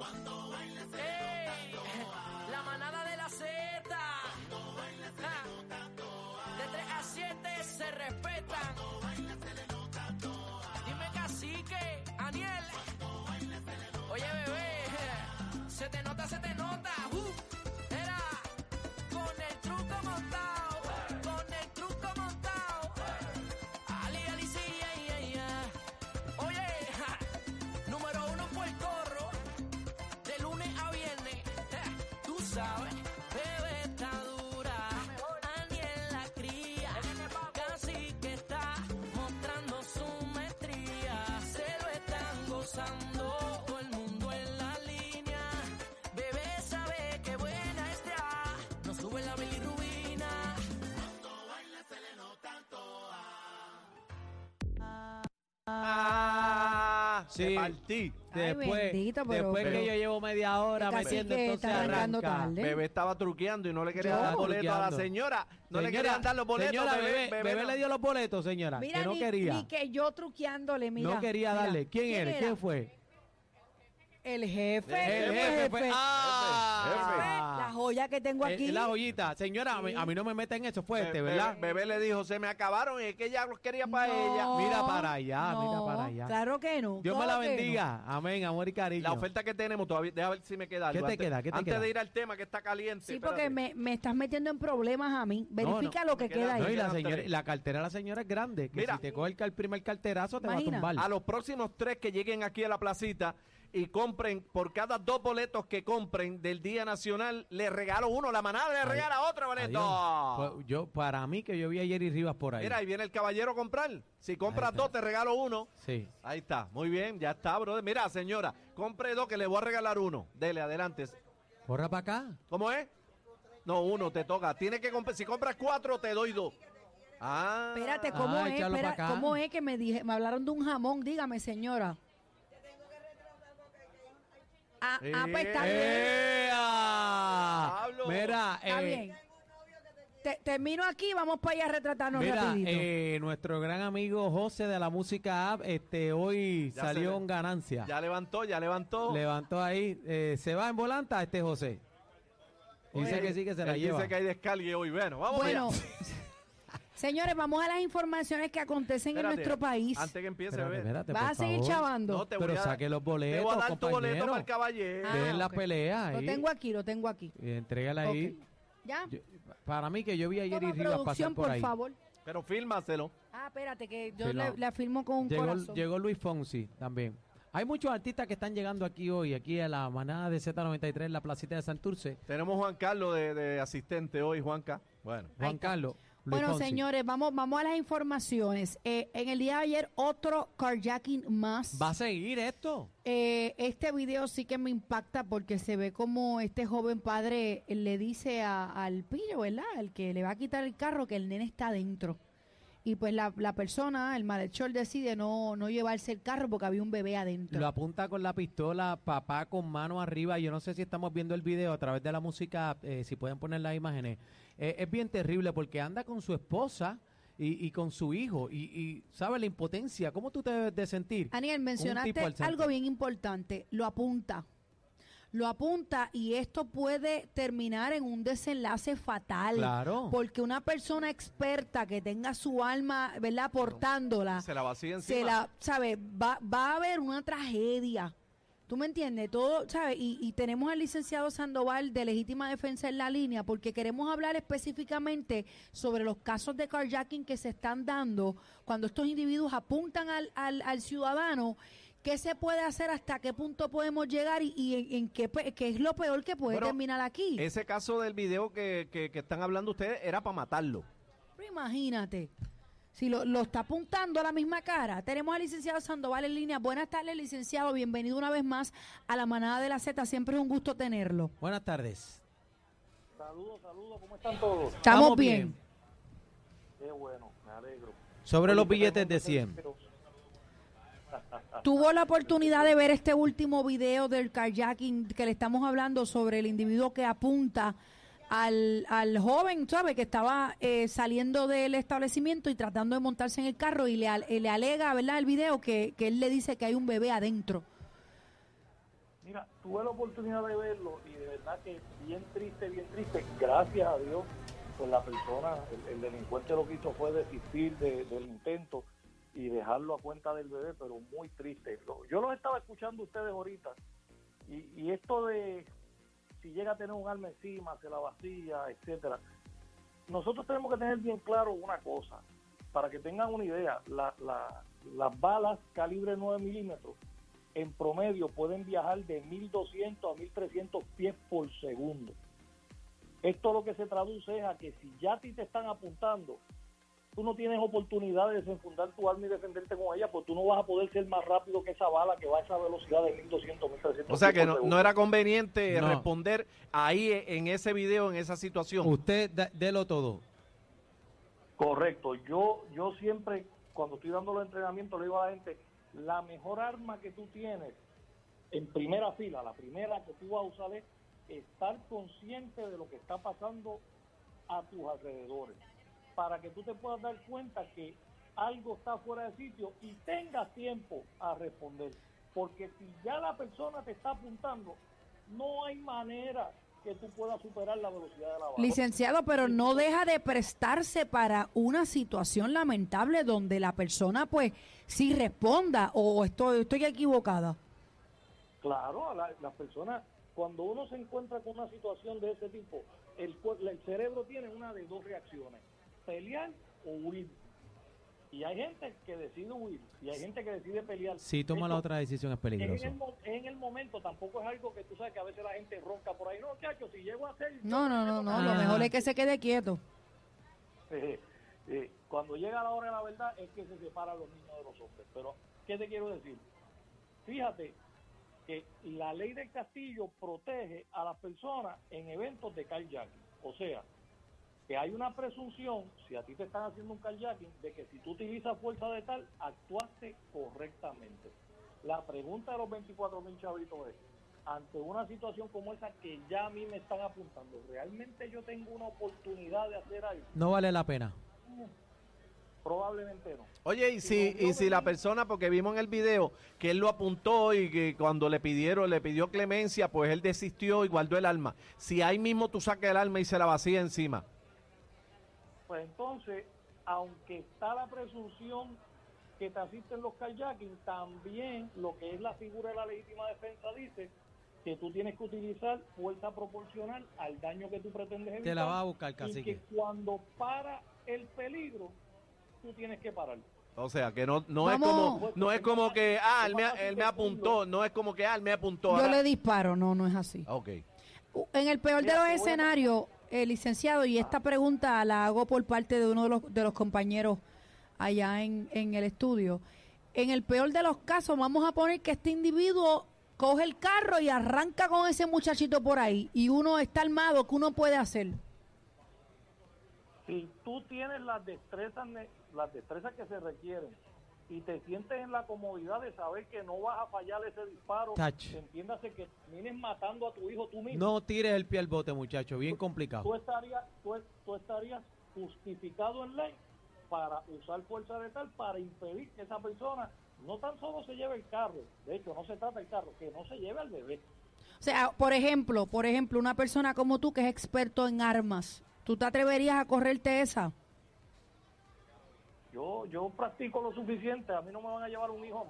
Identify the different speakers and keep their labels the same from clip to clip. Speaker 1: Ah, Se te nota, se te nota. Uh, era con el truco montado. Con el truco montado. Ali, Ali, sí, ay, ay, ay. Oye, ja, número uno fue el corro. De lunes a viernes. ja, Tú sabes. Bebé está dura, Daniel la cría, casi que está mostrando su maestría. Se lo están gozando, todo el mundo en la línea. Bebé sabe que buena está, no sube la bilirrubina.
Speaker 2: Ah,
Speaker 3: Sí.
Speaker 2: Te partí.
Speaker 4: Ay,
Speaker 3: Después,
Speaker 4: bendito, pero-
Speaker 3: después
Speaker 2: pero-
Speaker 3: que yo llevo media hora
Speaker 4: Casi
Speaker 3: metiendo,
Speaker 4: que
Speaker 3: entonces
Speaker 4: está arrancando
Speaker 3: arranca.
Speaker 4: tarde.
Speaker 2: Bebé estaba truqueando y no le quería
Speaker 3: Yo.
Speaker 2: dar boleto a la
Speaker 3: Truqueando.
Speaker 2: señora. No le
Speaker 3: Señora,
Speaker 2: querían dar los boletos.
Speaker 3: Señora, bebé,
Speaker 2: bebé,
Speaker 3: bebé
Speaker 2: no.
Speaker 3: le dio los boletos, señora.
Speaker 4: Mira,
Speaker 3: que no
Speaker 4: ni,
Speaker 3: quería.
Speaker 4: ni que yo truqueándole, mira.
Speaker 3: no quería
Speaker 4: mira.
Speaker 3: darle. ¿Quién, eres?
Speaker 4: era?
Speaker 3: ¿Quién fue?
Speaker 4: El jefe.
Speaker 3: El jefe fue.
Speaker 4: Ah,
Speaker 3: Jefe.
Speaker 4: La joya que tengo
Speaker 3: Eh,
Speaker 4: aquí.
Speaker 3: la joyita. Señora, a, mí, a mí no me meten eso, fue este, ¿verdad?
Speaker 2: Bebé, bebé le dijo, se me acabaron y es que ella los quería para
Speaker 4: No,
Speaker 2: ella.
Speaker 3: Mira para allá,
Speaker 4: no,
Speaker 3: mira para allá.
Speaker 4: Claro que no.
Speaker 3: Dios me
Speaker 4: claro
Speaker 3: la
Speaker 4: que no.
Speaker 3: bendiga. Amén, amor y cariño.
Speaker 2: La oferta que tenemos todavía, déjame ver si me queda algo.
Speaker 3: ¿Qué te
Speaker 2: antes,
Speaker 3: queda? ¿Qué te
Speaker 2: antes
Speaker 3: queda?
Speaker 2: de ir al tema que está caliente.
Speaker 4: Sí, porque
Speaker 2: espérate.
Speaker 4: me, me estás metiendo en problemas a mí. Verifica lo que
Speaker 2: me queda-
Speaker 4: queda
Speaker 3: no,
Speaker 4: ahí.
Speaker 3: y la,
Speaker 2: Quedan
Speaker 3: señora,
Speaker 2: tres.
Speaker 3: la cartera de la señora es grande. Que
Speaker 2: Mira.
Speaker 3: si te coge el, cal- primer carterazo, te
Speaker 4: Imagina.
Speaker 3: va a
Speaker 2: A
Speaker 3: tumbar.
Speaker 2: los próximos tres que lleguen aquí a la placita y compren, por cada dos boletos que compren del Día Nacional, le regalo uno, la manada le
Speaker 3: Ay,
Speaker 2: regala otro boleto.
Speaker 3: Adiós. Pues yo, para mí, que yo vi a Jerry Rivas por ahí.
Speaker 2: Mira, ahí viene el caballero a comprar. Si compras
Speaker 3: Ahí está.
Speaker 2: dos, te regalo uno.
Speaker 3: Sí.
Speaker 2: Ahí está, muy bien, ya está, brother. Mira, señora, compre dos que le voy a regalar uno. Dele, adelante.
Speaker 3: Corra para acá.
Speaker 2: ¿Cómo es? No, uno te toca. Tiene que comprar, si compras cuatro, te doy dos. Ah,
Speaker 4: Espérate, ¿cómo,
Speaker 3: Ah,
Speaker 4: es,
Speaker 3: échalo
Speaker 4: Espera,
Speaker 3: pa' acá.
Speaker 4: ¿cómo es que me, dije, me hablaron de un jamón? Dígame, señora. Ah, ah,
Speaker 3: Eh,
Speaker 4: pues está bien.
Speaker 3: ¡Ea!
Speaker 2: Pablo.
Speaker 3: Mira,
Speaker 4: Está
Speaker 3: eh,
Speaker 4: bien. Te- termino aquí, vamos para allá a retratarnos
Speaker 3: Mira,
Speaker 4: rapidito.
Speaker 3: eh, nuestro gran amigo José de la música app, este, hoy
Speaker 2: Ya se
Speaker 3: salió
Speaker 2: le-
Speaker 3: en ganancia.
Speaker 2: ya levantó, ya levantó.
Speaker 3: Levantó ahí, eh, se va en volanta este José. Dice
Speaker 2: Oye,
Speaker 3: que sí que se la
Speaker 2: él
Speaker 3: lleva.
Speaker 2: Dice que hay descargue hoy. Bueno, vamos allá.
Speaker 4: bueno, señores, vamos a las informaciones que acontecen
Speaker 2: Espérate,
Speaker 4: en nuestro país.
Speaker 2: Antes que empiece,
Speaker 3: Espérate,
Speaker 2: bebé.
Speaker 3: espérate,
Speaker 4: ¿Vas
Speaker 3: por
Speaker 4: a seguir
Speaker 3: favor.
Speaker 4: chavando?
Speaker 2: No te
Speaker 3: Pero
Speaker 2: voy a dar-
Speaker 3: saque los boletos,
Speaker 2: Te voy a dar tu
Speaker 3: compañero.
Speaker 2: boleto para el caballero.
Speaker 4: Ah,
Speaker 3: Dejen la
Speaker 4: ok.
Speaker 3: pelea
Speaker 4: Lo
Speaker 3: ahí.
Speaker 4: tengo aquí, lo tengo aquí.
Speaker 3: Y Entrégala ahí.
Speaker 4: Ok. ¿Ya?
Speaker 3: Yo- para mí que yo vi ayer
Speaker 4: Toma
Speaker 3: y Rivas pasar
Speaker 4: producción,
Speaker 3: por,
Speaker 4: por,
Speaker 3: ahí.
Speaker 4: favor.
Speaker 2: Pero fírmaselo.
Speaker 4: Ah, espérate, que yo
Speaker 3: Sí,
Speaker 4: la,
Speaker 3: no.
Speaker 4: la firmo con un
Speaker 3: Llegó,
Speaker 4: corazón.
Speaker 3: llegó Luis Fonsi también. Hay muchos artistas que están llegando aquí hoy, aquí a la manada de Z93 en la placita de Santurce.
Speaker 2: Tenemos Juan Carlos de, de asistente hoy, Juanca. Bueno.
Speaker 4: Ahí
Speaker 3: Juan
Speaker 4: está.
Speaker 3: Carlos. Luis
Speaker 4: Bueno,
Speaker 3: Fonsi.
Speaker 4: señores, vamos, vamos a las informaciones. Eh, en el día de ayer, otro carjacking más.
Speaker 3: ¿Va a seguir esto?
Speaker 4: Eh, este video sí que me impacta porque se ve como este joven padre le dice a- al pillo, ¿verdad? Al que le va a quitar el carro que el nene está adentro. Y pues la, la persona, el malhechor, decide no, no llevarse el carro porque había un bebé adentro.
Speaker 3: Lo apunta con la pistola, papá con mano arriba. Yo no sé si estamos viendo el video a través de la música, eh, si pueden poner las imágenes. Eh, es bien terrible porque anda con su esposa y, y con su hijo. Y, y, ¿sabe la impotencia? ¿Cómo tú te debes de sentir?
Speaker 4: Aniel,
Speaker 3: tipo al
Speaker 4: mencionaste
Speaker 3: centro.
Speaker 4: algo bien importante, lo apunta. Lo apunta y esto puede terminar en un desenlace fatal.
Speaker 3: Claro.
Speaker 4: Porque una persona experta que tenga su alma, ¿verdad?, portándola,
Speaker 2: Se la vacía encima.
Speaker 4: Ah. se la, ¿sabe? Va, va a haber una tragedia. ¿Tú me entiendes? Todo, ¿sabes? Y, y tenemos al licenciado Sandoval de Legítima Defensa en la línea porque queremos hablar específicamente sobre los casos de carjacking que se están dando cuando estos individuos apuntan al, al, al ciudadano. ¿Qué se puede hacer? ¿Hasta qué punto podemos llegar? ¿Y, y en, en qué, pe- qué es lo peor que puede
Speaker 2: Bueno,
Speaker 4: terminar aquí?
Speaker 2: Ese caso del video que, que- que están hablando ustedes era para matarlo.
Speaker 4: Pero imagínate, si lo, lo está apuntando a la misma cara. Tenemos al licenciado Sandoval en línea. Buenas tardes, licenciado. Bienvenido una vez más a la manada de la Z. Siempre es un gusto tenerlo.
Speaker 3: Buenas tardes.
Speaker 5: Saludos, saludos, ¿cómo están todos?
Speaker 4: Estamos, bien.
Speaker 5: Qué bueno, me alegro.
Speaker 3: Sobre los
Speaker 5: Oye,
Speaker 3: billetes
Speaker 5: tenemos
Speaker 3: de
Speaker 5: un
Speaker 3: 100.
Speaker 5: pero
Speaker 4: Tuvo la oportunidad de ver este último video del kayaking que le estamos hablando sobre el individuo que apunta al, al joven, ¿sabe? Que estaba eh, saliendo del establecimiento y tratando de montarse en el carro y le, al- y le alega, ¿verdad? El video que, que él le dice que hay un bebé adentro.
Speaker 5: Mira, tuve la oportunidad de verlo y de verdad que bien triste, bien triste. Gracias a Dios, pues la persona, el, el delincuente lo que hizo fue desistir de- del intento y dejarlo a cuenta del bebé, pero muy triste. Lo- Yo los estaba escuchando a ustedes ahorita y, y y esto de si llega a tener un arma encima, se la vacía, etcétera. Nosotros tenemos que tener bien claro una cosa, para que tengan una idea, la- la- las balas calibre 9 milímetros en promedio pueden viajar de 1200 a 1300 pies por segundo. Esto lo que se traduce es a que si ya a ti te están apuntando, tú no tienes oportunidad de desenfundar tu arma y defenderte con ella, porque tú no vas a poder ser más rápido que esa bala que va a esa velocidad de 1200, 1300
Speaker 2: O sea
Speaker 5: pies
Speaker 2: que
Speaker 5: por
Speaker 2: no,
Speaker 5: segundo.
Speaker 2: no era conveniente
Speaker 3: No.
Speaker 2: responder ahí e- en ese video, en esa situación.
Speaker 3: Usted, da- délo todo.
Speaker 5: Correcto. Yo, yo siempre, cuando estoy dando los entrenamientos, le digo a la gente, la mejor arma que tú tienes en primera fila, la primera que tú vas a usar es estar consciente de lo que está pasando a tus alrededores, para que tú te puedas dar cuenta que algo está fuera de sitio y tengas tiempo a responder. Porque si ya la persona te está apuntando, no hay manera que tú puedas superar la velocidad de la bala.
Speaker 4: Licenciado, pero no deja de prestarse para una situación lamentable donde la persona, pues, sí responda o estoy, estoy equivocada.
Speaker 5: Claro, a la- las personas, cuando uno se encuentra con una situación de ese tipo, el, cuer- el cerebro tiene una de dos reacciones, pelear o huir. Y hay gente que decide huir, y hay gente que decide pelear.
Speaker 3: Si toma la
Speaker 5: Esto-
Speaker 3: otra decisión es
Speaker 5: es
Speaker 3: peligroso.
Speaker 5: en, el, mo- es en el momento, tampoco es algo que tú sabes que a veces la gente ronca por ahí. No, chacho, si llego a hacer...
Speaker 4: No, no, no, no.
Speaker 3: Ah.
Speaker 4: Lo mejor es que se quede quieto.
Speaker 5: Eh, eh, cuando llega la hora de la verdad es que se separan los niños de los hombres. Pero, ¿qué te quiero decir? Fíjate que la ley del castillo protege a las personas en eventos de carjacking. O sea, que hay una presunción, si a ti te están haciendo un carjacking, de que si tú utilizas fuerza de tal, actuaste correctamente. La pregunta de los 24 mil chavitos es, ante una situación como esa que ya a mí me están apuntando, ¿realmente yo tengo una oportunidad de hacer algo?
Speaker 3: No vale la pena.
Speaker 5: Probablemente no.
Speaker 2: Oye, y si, y si la persona, porque vimos en el video que él lo apuntó y que cuando le pidieron, le pidió clemencia, pues él desistió y guardó el arma. Si ahí mismo tú sacas el arma y se la vacía encima.
Speaker 5: Pues entonces, aunque está la presunción que te asisten los kayaking, también lo que es la figura de la legítima defensa dice que tú tienes que utilizar fuerza proporcional al daño que tú pretendes evitar.
Speaker 3: Te la va a buscar,
Speaker 5: y
Speaker 3: cacique.
Speaker 5: que cuando para el peligro, tú tienes que pararlo.
Speaker 2: O sea, que no, no, es,
Speaker 4: Vamos.
Speaker 2: como, no es como que, ah, él me, él me apuntó, no es como que, ah, él me apuntó.
Speaker 4: Yo
Speaker 2: ahora-
Speaker 4: le disparo. No, no es así.
Speaker 2: Ok.
Speaker 4: U- En el peor de
Speaker 5: Mira,
Speaker 4: los
Speaker 5: te voy a-
Speaker 4: escenarios, eh, licenciado, y esta pregunta la hago por parte de uno de los, de los compañeros allá en, en el estudio. En el peor de los casos, vamos a poner que este individuo coge el carro y arranca con ese muchachito por ahí y uno está armado, ¿qué uno puede hacer?
Speaker 5: si tú tienes las destrezas ne- las destrezas que se requieren y te sientes en la comodidad de saber que no vas a fallar ese disparo,
Speaker 3: Touch.
Speaker 5: entiéndase que vienes matando a tu hijo tú mismo.
Speaker 3: No tires el pie al bote, muchacho. Bien complicado.
Speaker 5: Tú estarías, tú, es- tú estarías justificado en ley para usar fuerza de tal para impedir que esa persona no tan solo se lleve el carro, de hecho no se trata del carro, que no se lleve al bebé.
Speaker 4: O sea, por ejemplo, por ejemplo, una persona como tú que es experto en armas, ¿tú te atreverías a correrte esa?
Speaker 5: Yo, yo practico lo suficiente, a mí no me van a llevar un hijo.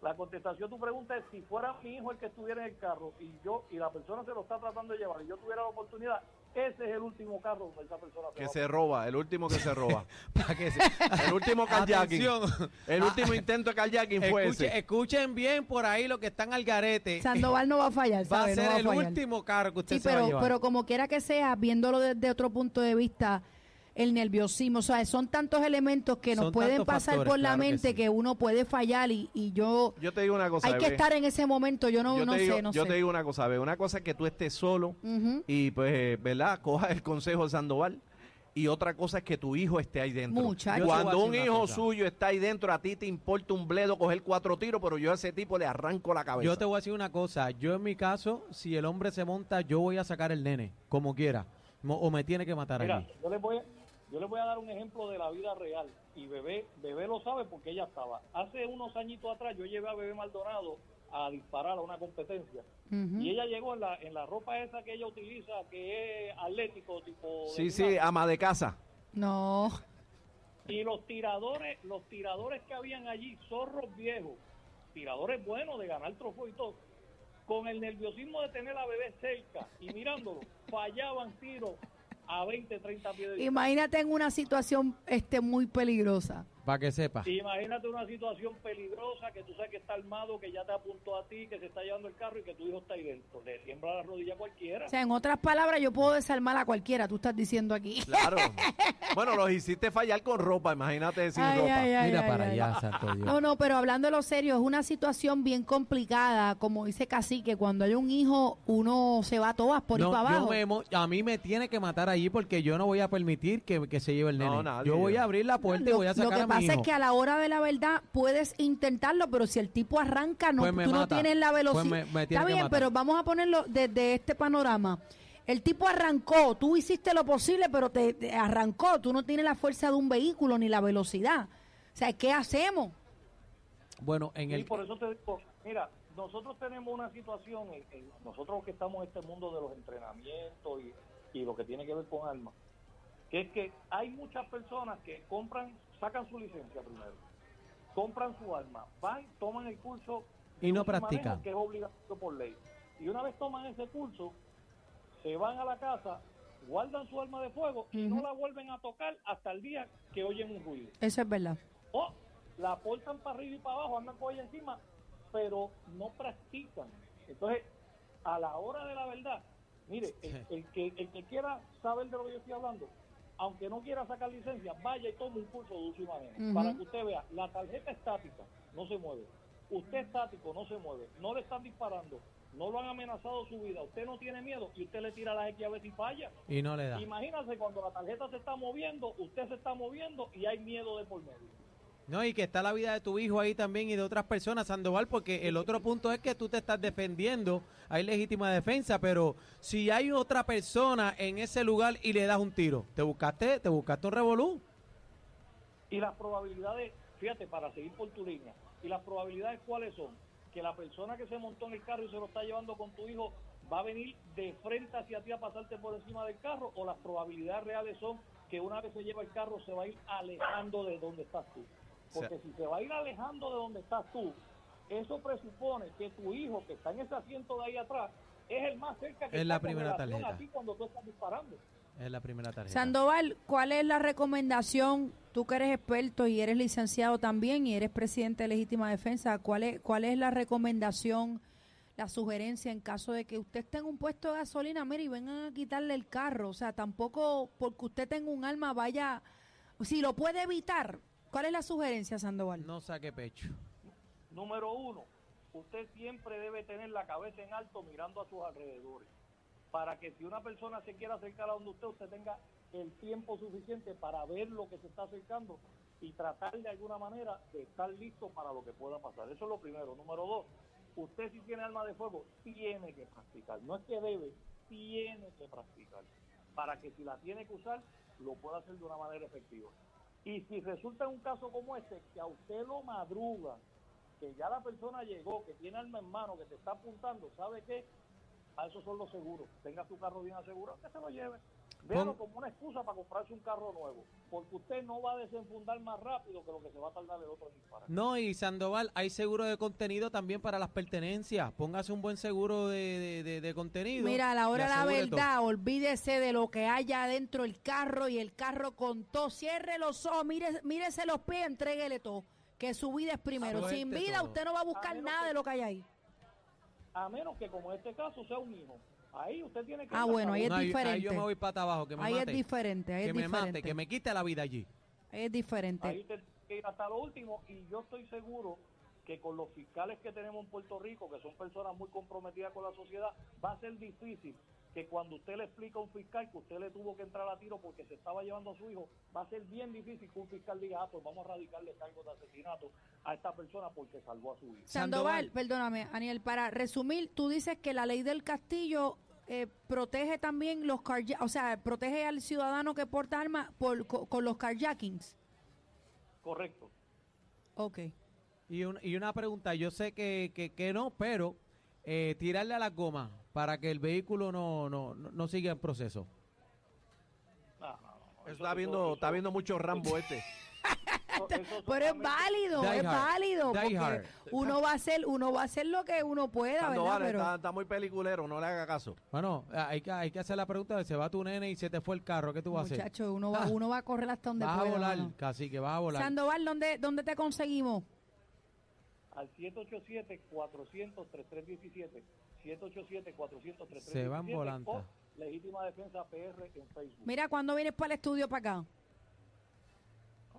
Speaker 5: La contestación a tu pregunta es si fuera mi hijo el que estuviera en el carro y yo y la persona se lo está tratando de llevar y yo tuviera la oportunidad, ese es el último carro donde esa persona
Speaker 2: Que
Speaker 5: va.
Speaker 2: se roba, el último que se roba.
Speaker 3: Para que se-
Speaker 2: El último carjacking.
Speaker 3: Atención.
Speaker 4: Ah.
Speaker 2: El último intento de carjacking fue
Speaker 3: Escuche-
Speaker 2: ese.
Speaker 3: escuchen bien por ahí lo que están al garete.
Speaker 4: Sandoval no va a fallar,
Speaker 3: Eh, va a
Speaker 4: ¿sabe? No
Speaker 3: ser el
Speaker 4: fallar.
Speaker 3: último carro que usted
Speaker 4: Sí,
Speaker 3: se va a
Speaker 4: pero,
Speaker 3: llevar.
Speaker 4: pero como quiera que sea, viéndolo desde otro punto de vista, el nerviosismo, o sea, son tantos elementos que nos
Speaker 3: Son
Speaker 4: pueden
Speaker 3: tantos
Speaker 4: pasar
Speaker 3: factores,
Speaker 4: por la
Speaker 3: claro que
Speaker 4: mente que,
Speaker 3: sí.
Speaker 4: uno puede fallar y, y yo...
Speaker 2: Yo te digo una cosa.
Speaker 4: hay que
Speaker 2: bebé.
Speaker 4: estar en ese momento, yo no,
Speaker 2: yo
Speaker 4: no
Speaker 2: te digo,
Speaker 4: sé, no
Speaker 2: yo
Speaker 4: sé.
Speaker 2: te digo una cosa, ve, una cosa es que tú estés solo
Speaker 4: Ujú.
Speaker 2: y pues, eh, ¿verdad? Coja el consejo de Sandoval. Y otra cosa es que tu hijo esté ahí dentro.
Speaker 4: Muchacho. Yo te
Speaker 2: Cuando
Speaker 3: voy a
Speaker 2: un
Speaker 3: decir una
Speaker 2: hijo
Speaker 3: cosa.
Speaker 2: suyo está ahí dentro, a ti te importa un bledo coger cuatro tiros, pero yo a ese tipo le arranco la cabeza.
Speaker 3: Yo te voy a decir una cosa. Yo en mi caso, si el hombre se monta, yo voy a sacar el nene, como quiera. Mo- o me tiene que matar a
Speaker 5: Mira,
Speaker 3: mí.
Speaker 5: yo les voy a, yo les voy a dar un ejemplo de la vida real y bebé, bebé lo sabe porque ella estaba. Hace unos añitos atrás yo llevé a bebé Maldonado a disparar a una competencia
Speaker 4: Ujú.
Speaker 5: y ella llegó en la, en la ropa esa que ella utiliza que es atlético tipo de
Speaker 2: sí, sí,
Speaker 5: gimnasio.
Speaker 2: ama de casa.
Speaker 4: No,
Speaker 5: Y los tiradores, los tiradores que habían allí, zorros viejos, tiradores buenos de ganar trofeo y todo, con el nerviosismo de tener a bebé cerca y mirándolo, fallaban tiros a 20, 30 pies de distancia.
Speaker 4: Imagínate en una situación este muy peligrosa.
Speaker 3: Para que sepa.
Speaker 5: Imagínate una situación peligrosa que tú sabes que está armado, que ya te apuntó a ti, que se está llevando el carro y que tu hijo está ahí dentro. Le tiembla la rodilla a cualquiera.
Speaker 4: O sea, en otras palabras, yo puedo desarmar a cualquiera, tú estás diciendo aquí.
Speaker 2: Claro. bueno, los hiciste fallar con ropa, imagínate sin
Speaker 4: Ay,
Speaker 2: ropa.
Speaker 4: ay, ay,
Speaker 3: Mira
Speaker 4: ay,
Speaker 3: para
Speaker 4: ay.
Speaker 3: allá, santo Dios.
Speaker 4: No, no, pero hablando de lo serio, es una situación bien complicada, como dice Cacique, cuando hay un hijo, uno se va a todas por ir
Speaker 3: No,
Speaker 4: para
Speaker 3: yo
Speaker 4: abajo.
Speaker 3: me mo- a mí me tiene que matar allí porque yo no voy a permitir que, que se lleve el
Speaker 2: No,
Speaker 3: nene.
Speaker 2: nadie.
Speaker 3: yo voy a abrir la puerta y
Speaker 4: Lo,
Speaker 3: voy a
Speaker 4: lo
Speaker 3: sacar
Speaker 4: que
Speaker 3: a mi hijo.
Speaker 4: pasa es que a la hora de la verdad puedes intentarlo, pero si el tipo arranca, no,
Speaker 3: Pues me
Speaker 4: tú
Speaker 3: mata.
Speaker 4: no tienes la
Speaker 3: Pues
Speaker 4: velocidad.
Speaker 3: me- me tiene
Speaker 4: Está
Speaker 3: que
Speaker 4: bien,
Speaker 3: matar.
Speaker 4: pero vamos a ponerlo desde este panorama. El tipo arrancó, tú hiciste lo posible, pero te, te arrancó. Tú no tienes la fuerza de un vehículo ni la velocidad. O sea, ¿qué hacemos?
Speaker 3: Bueno, en
Speaker 5: Y
Speaker 3: el
Speaker 5: por eso te digo, mira, nosotros tenemos una situación, en- en- nosotros que estamos en este mundo de los entrenamientos y, y lo que tiene que ver con alma, que es que hay muchas personas que compran, sacan su licencia primero, compran su alma, van, toman el curso de
Speaker 3: Y no
Speaker 5: uso manejo,
Speaker 3: practican.
Speaker 5: que es obligatorio por ley. Y una vez toman ese curso, se van a la casa, guardan su alma de fuego y no
Speaker 4: Ujú.
Speaker 5: la vuelven a tocar hasta el día que oyen un ruido
Speaker 4: Eso es verdad.
Speaker 5: o Oh, la aportan para arriba y para abajo, andan con ella encima, pero no practican. Entonces, a la hora de la verdad, mire, el, el que, el que quiera saber de lo que yo estoy hablando, aunque no quiera sacar licencia, vaya y tome un curso de uso y manejo.
Speaker 4: Ujú.
Speaker 5: Para que usted vea, la tarjeta estática no se mueve. Usted estático no se mueve. No le están disparando. No lo han amenazado su vida. Usted no tiene miedo y usted le tira la X a ver si falla.
Speaker 3: y no le da.
Speaker 5: Imagínese cuando la tarjeta se está moviendo, usted se está moviendo y hay miedo de por medio.
Speaker 3: No, y que está la vida de tu hijo ahí también y de otras personas, Sandoval, porque el otro punto es que tú te estás defendiendo, hay legítima defensa, pero si hay otra persona en ese lugar y le das un tiro, te buscaste, te buscaste un revolú.
Speaker 5: Y las probabilidades, fíjate, para seguir por tu línea, ¿y las probabilidades cuáles son? Que la persona que se montó en el carro y se lo está llevando con tu hijo va a venir de frente hacia ti a pasarte por encima del carro o las probabilidades reales son que una vez se lleva el carro se va a ir alejando de donde estás tú. Porque si se va a ir alejando de donde estás tú, eso presupone que tu hijo que está en ese asiento de ahí atrás es el más cerca que
Speaker 3: Es
Speaker 5: está
Speaker 3: la
Speaker 5: con
Speaker 3: primera
Speaker 5: relación
Speaker 3: tarjeta.
Speaker 5: a ti cuando tú estás disparando.
Speaker 3: Es la primera tarjeta.
Speaker 4: Sandoval, ¿cuál es la recomendación? Tú que eres experto y eres licenciado también y eres presidente de Legítima Defensa, ¿cuál es, cuál es la recomendación, la sugerencia en caso de que usted esté en un puesto de gasolina, mire, y vengan a quitarle el carro? O sea, tampoco porque usted tenga un alma vaya, si lo puede evitar, ¿cuál es la sugerencia, Sandoval?
Speaker 3: No saque pecho.
Speaker 5: Número uno, usted siempre debe tener la cabeza en alto mirando a sus alrededores. Para que si una persona se quiera acercar a donde usted, usted tenga el tiempo suficiente para ver lo que se está acercando y tratar de alguna manera de estar listo para lo que pueda pasar. Eso es lo primero. Número dos, usted si tiene arma de fuego, tiene que practicar. No es que debe, tiene que practicar. Para que si la tiene que usar, lo pueda hacer de una manera efectiva. Y si resulta en un caso como este, que a usted lo madruga, que ya la persona llegó, que tiene alma en mano, que te está apuntando, ¿sabe qué? A eso son los seguros. Tenga su carro bien asegurado, que se lo lleve. Véalo como una excusa para comprarse un carro nuevo, porque usted no va a desenfundar más rápido que lo que se va a tardar el otro en disparar.
Speaker 3: No, y Sandoval, hay seguro de contenido también para las pertenencias. Póngase un buen seguro de, de- de- de contenido.
Speaker 4: Mira, a la hora
Speaker 3: y
Speaker 4: de la
Speaker 3: asegure todo.
Speaker 4: verdad, olvídese de lo que haya adentro el carro y el carro con todo. Cierre los ojos, mire, mírese los pies, entréguele todo. Que su vida es primero.
Speaker 3: Suelte
Speaker 4: Sin vida
Speaker 3: todo.
Speaker 4: usted no va a buscar
Speaker 5: A menos
Speaker 4: nada
Speaker 5: que-
Speaker 4: de lo que hay ahí.
Speaker 5: A menos que como en este caso sea un hijo. Ahí usted tiene que...
Speaker 4: Ah, bueno, ahí es
Speaker 3: No, ahí- ahí
Speaker 4: diferente.
Speaker 3: yo me voy pata abajo, que me
Speaker 4: Ahí es
Speaker 3: mate.
Speaker 4: diferente, ahí
Speaker 3: que
Speaker 4: es
Speaker 3: me mate,
Speaker 4: diferente.
Speaker 3: que me quite la vida allí.
Speaker 4: Ahí es diferente.
Speaker 5: Ahí usted tiene que ir hasta lo último y yo estoy seguro que con los fiscales que tenemos en Puerto Rico, que son personas muy comprometidas con la sociedad, va a ser difícil que cuando usted le explica a un fiscal que usted le tuvo que entrar a tiro porque se estaba llevando a su hijo, va a ser bien difícil que un fiscal diga, ah, pues vamos a radicarle cargo de asesinato a esta persona porque salvó a su hijo.
Speaker 4: Sandoval,
Speaker 3: Sandoval.
Speaker 4: perdóname, Aniel, para resumir, tú dices que la ley del castillo eh, protege también los carja- o sea, protege al ciudadano que porta armas por- co- con los carjackings.
Speaker 5: Correcto.
Speaker 4: Ok.
Speaker 3: Y, un- y una pregunta, yo sé que, que, que no, pero eh, tirarle a las gomas para que el vehículo no, no, no, no siga en proceso.
Speaker 5: No, no, no, eso-
Speaker 2: Está
Speaker 5: eso-
Speaker 2: viendo,
Speaker 5: eso-
Speaker 2: está viendo mucho Rambo este.
Speaker 5: Eso- eso
Speaker 4: Pero es
Speaker 5: solamente-
Speaker 4: válido,
Speaker 3: Die
Speaker 4: es
Speaker 3: hard.
Speaker 4: válido.
Speaker 3: Die
Speaker 4: porque
Speaker 3: hard.
Speaker 4: uno va a hacer, uno va a hacer lo que uno pueda, ¿verdad?
Speaker 2: Sandoval,
Speaker 4: Pero
Speaker 2: está, está muy peliculero, no le haga caso.
Speaker 3: Bueno, hay que, hay que hacer la pregunta de se va tu nene y se te fue el carro, ¿qué tú vas a hacer?
Speaker 4: muchacho, uno va,
Speaker 3: Ah.
Speaker 4: uno va a correr hasta donde
Speaker 3: Vas a
Speaker 4: pueda.
Speaker 3: volar,
Speaker 4: mano.
Speaker 3: casi que vas a volar.
Speaker 4: Sandoval, ¿dónde, ¿dónde te conseguimos?
Speaker 5: al 787-400-3317. 787-400-3317.
Speaker 3: Se van volanta.
Speaker 5: o Legítima Defensa PR en Facebook.
Speaker 4: Mira, ¿cuándo vienes para el estudio para acá?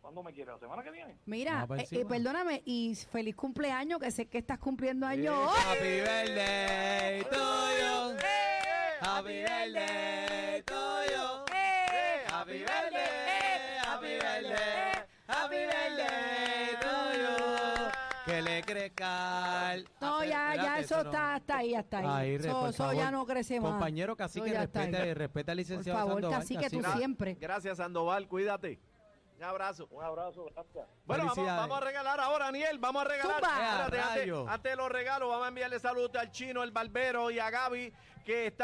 Speaker 5: ¿Cuándo me quiere? ¿La semana que viene?
Speaker 4: Mira,
Speaker 3: Vamos pa'
Speaker 4: eh, eh,
Speaker 3: encima.
Speaker 4: perdóname, y feliz cumpleaños, que sé que estás cumpliendo años
Speaker 2: Eh,
Speaker 4: hoy.
Speaker 3: Happy birthday to you. Happy birthday to you. Happy birthday, happy birthday, happy birthday to you. Que le crezca. al-
Speaker 4: No,
Speaker 3: Ah,
Speaker 4: ya,
Speaker 3: espérate,
Speaker 4: ya, eso
Speaker 3: no.
Speaker 4: está, hasta ahí, hasta ahí.
Speaker 3: Ahí, re-
Speaker 4: Eso
Speaker 3: por
Speaker 4: eso
Speaker 3: favor.
Speaker 4: ya no crece más.
Speaker 3: Compañero cacique,
Speaker 4: Eso ya está
Speaker 3: respeta,
Speaker 4: ahí.
Speaker 3: respeta al
Speaker 4: Por
Speaker 3: licenciado
Speaker 4: favor,
Speaker 3: Sandoval.
Speaker 4: cacique, tú
Speaker 2: Gra-
Speaker 3: cacique.
Speaker 4: siempre.
Speaker 2: Gracias, Sandoval, cuídate. Un abrazo.
Speaker 5: Un abrazo, gracias.
Speaker 2: Bueno, vamos,
Speaker 3: Felicidades.
Speaker 2: vamos a regalar ahora, Aniel. Vamos a regalar.
Speaker 4: Zumba.
Speaker 2: Espérate,
Speaker 3: ¡Ea,
Speaker 2: antes-
Speaker 3: rayo!
Speaker 2: antes de los regalos, vamos a enviarle saludos al chino, el barbero y a Gaby, que están.